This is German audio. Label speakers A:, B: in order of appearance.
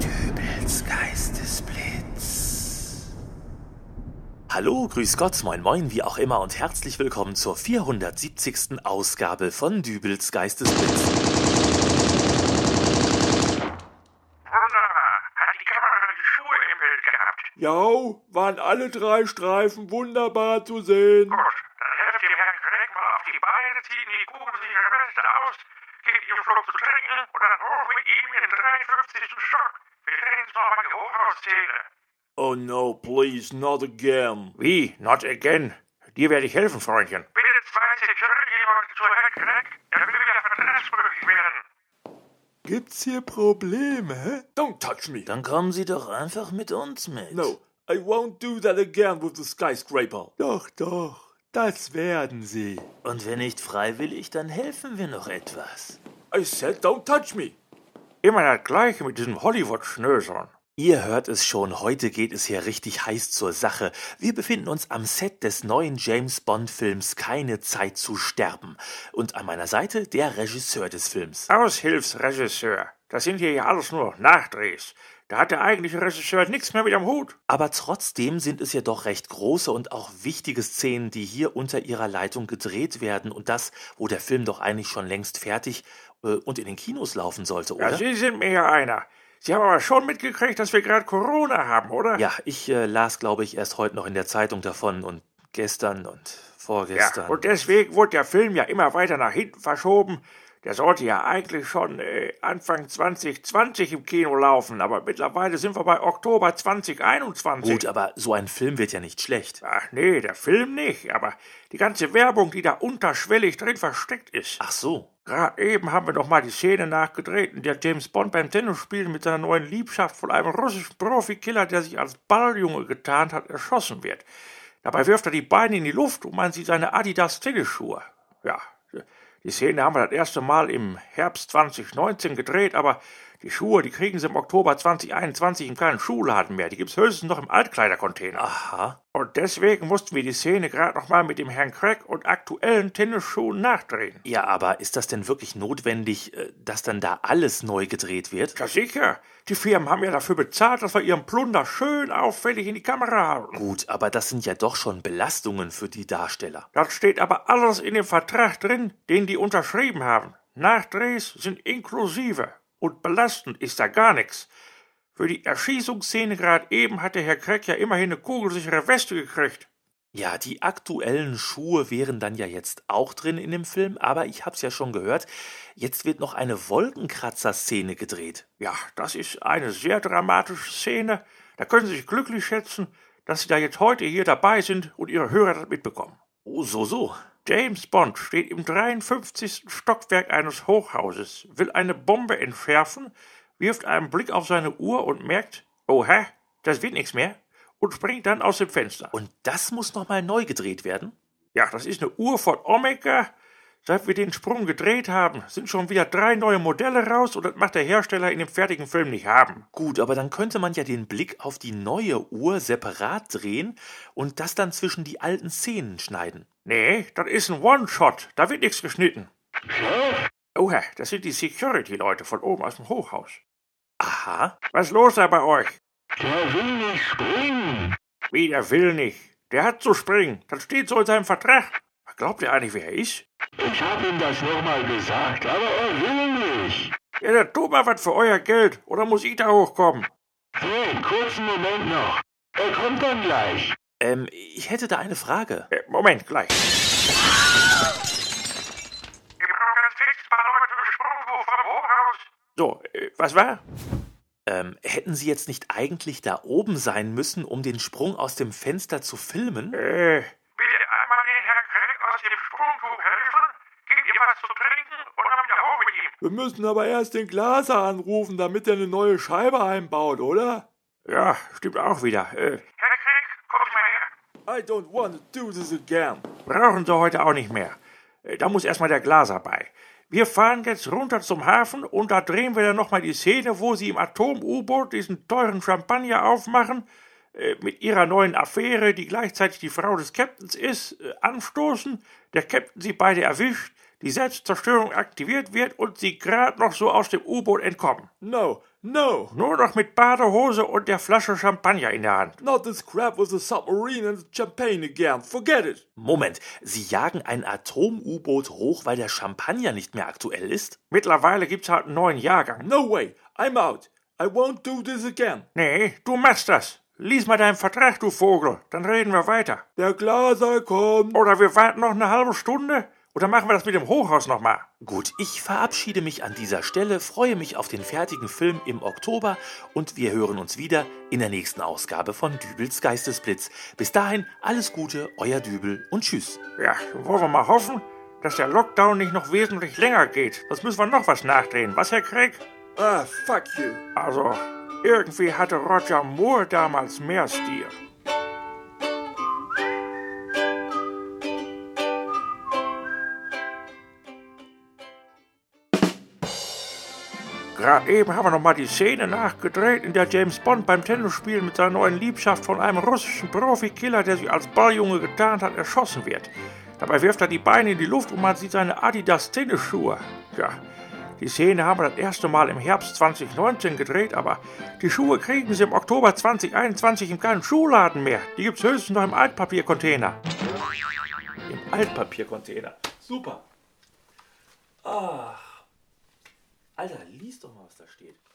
A: Dübels Geistesblitz. Hallo, grüß Gott, moin moin, wie auch immer und herzlich willkommen zur 470. Ausgabe von Dübels Geistesblitz.
B: Anna, hat die Kamera die Schuhe im Bild gehabt?
C: Ja, waren alle drei Streifen wunderbar zu sehen.
B: Gut, dann helft dem Herrn Greg mal auf die Beine, ziehen die kugelsichere Weste aus, gebt ihm Schluck zu trinken und dann hoch mit ihm in den 53. Stock. Wir drehen uns nochmal die Hochhauszähne.
C: Oh no, please, not again.
D: Wie? Not again? Dir werde ich helfen, Freundchen.
B: Bitte zwei Security-Leute zu Herrn Greg, er will wieder vertragsprüfig werden.
C: Gibt's hier Probleme, hä? Don't touch me.
A: Dann kommen Sie doch einfach mit uns mit.
C: No, I won't do that again with the skyscraper. Doch, doch, das werden sie.
A: Und wenn nicht freiwillig, dann helfen wir noch etwas.
C: I said, don't touch me.
D: Immer das Gleiche mit diesem Hollywood-Schnösern.
A: Ihr hört es schon, heute geht es hier richtig heiß zur Sache. Wir befinden uns am Set des neuen James Bond Films Keine Zeit zu sterben. Und an meiner Seite der Regisseur des Films.
D: Aushilfsregisseur. Das sind hier ja alles nur Nachdrehs. Da hat der eigentliche Regisseur nichts mehr mit am Hut.
A: Aber trotzdem sind es ja doch recht große und auch wichtige Szenen, die hier unter ihrer Leitung gedreht werden. Und das, wo der Film doch eigentlich schon längst fertig äh, und in den Kinos laufen sollte,
D: Ja,
A: oder?
D: Sie sind mir ja einer. Sie haben aber schon mitgekriegt, dass wir gerade Corona haben, oder?
A: Ja, ich äh, las, glaube ich, erst heute noch in der Zeitung davon und gestern und
D: Ja,
A: vorgestern.
D: und deswegen wurde der Film ja immer weiter nach hinten verschoben. Der sollte ja eigentlich schon äh, Anfang 2020 im Kino laufen, aber mittlerweile sind wir bei Oktober 2021.
A: Gut, aber so ein Film wird ja nicht schlecht.
D: Ach nee, der Film nicht, aber die ganze Werbung, die da unterschwellig drin versteckt ist.
A: Ach so.
D: Gerade eben haben wir noch mal die Szene nachgedreht, in der James Bond beim Tennisspielen mit seiner neuen Liebschaft von einem russischen Profikiller, der sich als Balljunge getarnt hat, erschossen wird. Dabei wirft er die Beine in die Luft und man sieht seine Adidas Tennisschuhe. Ja, die Szene haben wir das erste Mal im Herbst 2019 gedreht, aber die Schuhe, die kriegen sie im Oktober 2021 im kleinen Schuhladen mehr. Die gibt's höchstens noch im Altkleidercontainer.
A: Aha.
D: Und deswegen mussten wir die Szene gerade nochmal mit dem Herrn Craig und aktuellen Tennisschuhen nachdrehen.
A: Ja, aber ist das denn wirklich notwendig, äh, dass dann da alles neu gedreht wird?
D: Ja, sicher. Die Firmen haben ja dafür bezahlt, dass wir ihren Plunder schön auffällig in die Kamera halten.
A: Gut, aber das sind ja doch schon Belastungen für die Darsteller.
D: Das steht aber alles in dem Vertrag drin, den die unterschrieben haben. Nachdrehs sind inklusive. Und belastend ist da gar nichts. Für die Erschießungsszene gerade eben hat der Herr Craig ja immerhin eine kugelsichere Weste gekriegt.
A: Ja, die aktuellen Schuhe wären dann ja jetzt auch drin in dem Film, aber ich hab's ja schon gehört, jetzt wird noch eine Wolkenkratzer-Szene gedreht.
D: Ja, das ist eine sehr dramatische Szene. Da können Sie sich glücklich schätzen, dass Sie da jetzt heute hier dabei sind und Ihre Hörer das mitbekommen.
A: Oh, so, so.
D: James Bond steht im 53. Stockwerk eines Hochhauses, will eine Bombe entschärfen, wirft einen Blick auf seine Uhr und merkt, oha, das wird nichts mehr, und springt dann aus dem Fenster.
A: Und das muss nochmal neu gedreht werden?
D: Ja, das ist eine Uhr von Omega. Seit wir den Sprung gedreht haben, sind schon wieder drei neue Modelle raus und das macht der Hersteller in dem fertigen Film nicht haben.
A: Gut, aber dann könnte man ja den Blick auf die neue Uhr separat drehen und das dann zwischen die alten Szenen schneiden.
D: Nee, das ist ein One-Shot. Da wird nichts geschnitten. Oha, das sind die Security-Leute von oben aus dem Hochhaus.
A: Aha.
D: Was ist los da bei euch? Der will nicht springen. Wie, der will nicht? Der hat zu springen. Das steht so in seinem Vertrag. Was Glaubt ihr eigentlich, wer er ist? Ich hab ihm das nochmal gesagt, aber er will nicht. Ja, dann tu mal was für euer Geld, oder muss ich da hochkommen?
A: Ähm, ich hätte da eine Frage.
D: Äh, Moment, gleich.
B: Wir brauchen ganz fix ein paar Leute im Sprungwurf vom Hochhaus.
D: So, äh, was war?
A: Ähm, hätten Sie jetzt nicht eigentlich da oben sein müssen, um den Sprung aus dem Fenster zu
D: Äh,
A: filmen?
B: Bitte einmal den Herrn Greg aus dem Sprungtuch helfen, gebt ihm was zu trinken und dann wieder hoch mit ihm.
C: Wir müssen aber erst den Glaser anrufen, damit er eine neue Scheibe einbaut, oder?
D: ja, stimmt auch wieder. Äh,
B: Herr Greg, kommt mal her.
C: I don't want to do this again.
D: Brauchen sie heute auch nicht mehr. Äh, Da muss erstmal der Glaser bei. Wir fahren jetzt runter zum Hafen und da drehen wir dann nochmal die Szene, wo sie im Atom-U-Boot diesen teuren Champagner aufmachen, äh, mit ihrer neuen Affäre, die gleichzeitig die Frau des Captains ist, äh, anstoßen, der Captain sie beide erwischt, die Selbstzerstörung aktiviert wird und sie gerade noch so aus dem U-Boot entkommen.
C: No, no,
D: Nur noch mit Badehose und der Flasche Champagner in der Hand.
C: not this crap with the submarine and the champagne again. Forget it.
A: Moment, Sie jagen ein Atom-U-Boot hoch, weil der Champagner nicht mehr aktuell ist?
D: Mittlerweile gibt's halt einen neuen Jahrgang.
C: No way. I'm out. I won't do this again.
D: Nee, du machst das. Lies mal deinen Vertrag, du Vogel. Dann reden wir weiter.
C: Der Glaser kommt.
D: Oder wir warten noch eine halbe Stunde. Oder machen wir das mit dem Hochhaus nochmal.
A: Gut, ich verabschiede mich an dieser Stelle, freue mich auf den fertigen Film im Oktober und wir hören uns wieder in der nächsten Ausgabe von Dübels Geistesblitz. Bis dahin alles Gute, euer Dübel und tschüss.
D: Ja, wollen wir mal hoffen, dass der Lockdown nicht noch wesentlich länger geht. Sonst müssen wir noch was nachdrehen. Was, Herr Krieg?
C: Ah, fuck you.
D: Also, irgendwie hatte Roger Moore damals mehr Stil. Gerade eben haben wir nochmal die Szene nachgedreht, in der James Bond beim Tennisspielen mit seiner neuen Liebschaft von einem russischen Profikiller, der sich als Balljunge getarnt hat, erschossen wird. Dabei wirft er die Beine in die Luft und man sieht seine Adidas-Tennisschuhe. Ja, die Szene haben wir das erste Mal im Herbst 2019 gedreht, aber die Schuhe kriegen sie im Oktober 2021 im kleinen Schuhladen mehr. Die gibt's höchstens noch im Altpapiercontainer. Im Altpapiercontainer.
A: Super. Alter, lies doch mal, was da steht.